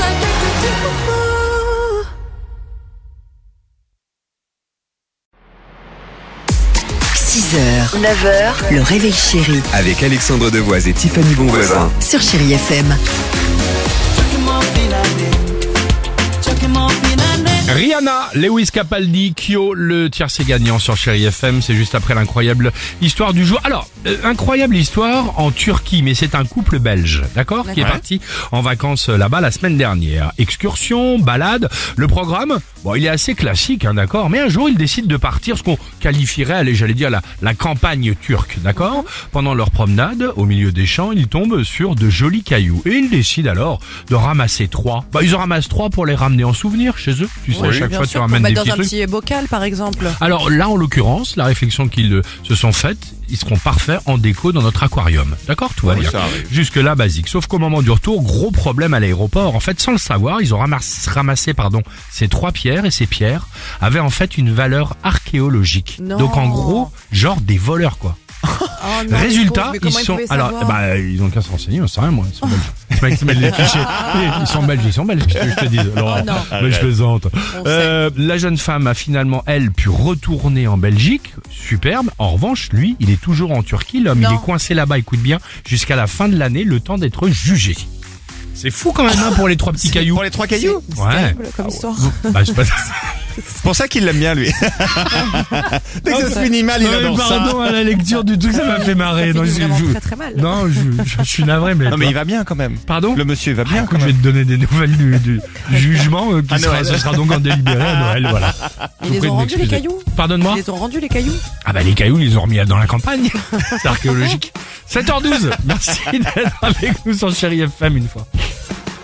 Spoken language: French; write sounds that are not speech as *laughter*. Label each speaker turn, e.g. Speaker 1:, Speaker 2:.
Speaker 1: like do, do, do, do.
Speaker 2: Ooh. 6h, 9h, le réveil chéri
Speaker 3: Avec Alexandre Devoise et Tiffany Bonvoisin.
Speaker 2: sur Chérie FM.
Speaker 4: Rihanna, Lewis Capaldi, Kyo, le tiercé gagnant sur Chéri FM, c'est juste après l'incroyable histoire du jour. Alors, euh, incroyable histoire en Turquie, mais c'est un couple belge, d'accord, qui est parti en vacances euh, là-bas la semaine dernière. Excursion, balade, le programme, bon, il est assez classique, hein, d'accord, mais un jour ils décident de partir, ce qu'on qualifierait, allez, j'allais dire la, la campagne turque, d'accord. Pendant leur promenade, au milieu des champs, ils tombent sur de jolis cailloux et ils décident alors de ramasser trois. Bah, ils en ramassent trois pour les ramener en souvenir chez eux. Tu sais, à chaque
Speaker 5: Bien
Speaker 4: fois
Speaker 5: sûr,
Speaker 4: tu
Speaker 5: pour
Speaker 4: ramènes des
Speaker 5: mettre
Speaker 4: petits
Speaker 5: dans un
Speaker 4: trucs.
Speaker 5: petit bocal, par exemple.
Speaker 4: Alors là, en l'occurrence, la réflexion qu'ils euh, se sont faites, ils seront parfaits en déco dans notre aquarium. D'accord Tout va bien. Jusque-là, basique. Sauf qu'au moment du retour, gros problème à l'aéroport. En fait, sans le savoir, ils ont ramass- ramassé pardon, ces trois pierres et ces pierres avaient en fait une valeur archéologique.
Speaker 5: Non.
Speaker 4: Donc en gros, genre des voleurs quoi.
Speaker 5: Oh non,
Speaker 4: Résultat,
Speaker 5: mais pauvre, mais comment
Speaker 4: ils sont.
Speaker 5: pouvaient
Speaker 4: alors,
Speaker 5: savoir
Speaker 4: bah, ils ont qu'à se renseigner, on sait rien, moi. Ils sont *laughs* belges. Ce mec, il mêle les clichés. Ils sont belges, ils sont belges, qu'est-ce que je te dis. Laurent
Speaker 5: Ah, non.
Speaker 4: Mais je plaisante.
Speaker 5: On
Speaker 4: Euh, la jeune femme a finalement, elle, pu retourner en Belgique. Superbe. En revanche, lui, il est toujours en Turquie. L'homme, il
Speaker 5: Non.
Speaker 4: est coincé là-bas, écoute bien, jusqu'à la fin de l'année, le temps d'être jugé. C'est fou quand même, hein, pour les trois petits cailloux.
Speaker 6: Pour les trois cailloux
Speaker 5: C'est
Speaker 4: Ouais.
Speaker 5: terrible comme histoire.
Speaker 4: Bah, je sais pas-
Speaker 5: *laughs*
Speaker 6: C'est pour ça qu'il l'aime bien, lui. Dès que ça se finit mal, il
Speaker 4: Non, mais
Speaker 6: adore ça.
Speaker 4: pardon à la lecture du truc, ça m'a fait marrer.
Speaker 5: Ça
Speaker 4: Non,
Speaker 5: finit
Speaker 4: je,
Speaker 5: vraiment
Speaker 4: je-
Speaker 5: très très mal.
Speaker 4: non, je- je- je suis navré, mais.
Speaker 6: Non, mais il va bien quand même.
Speaker 4: Pardon
Speaker 6: Le monsieur, il va bien
Speaker 4: Ah,
Speaker 6: quand
Speaker 4: écoute, je vais
Speaker 6: même.
Speaker 4: te donner des nouvelles du, du-
Speaker 5: *laughs*
Speaker 4: du jugement euh, qui
Speaker 6: À
Speaker 4: sera,
Speaker 6: Noël.
Speaker 4: ce sera donc en délibéré à Noël, voilà.
Speaker 5: Ils les ont rendus les cailloux
Speaker 4: Pardonne-moi
Speaker 5: Ils les ont rendus les cailloux
Speaker 4: Ah bah les cailloux, ils les ont remis dans la campagne. *laughs*
Speaker 5: *laughs*
Speaker 4: C'est archéologique. 7h12, merci d'être avec nous sur Chéri FM une fois.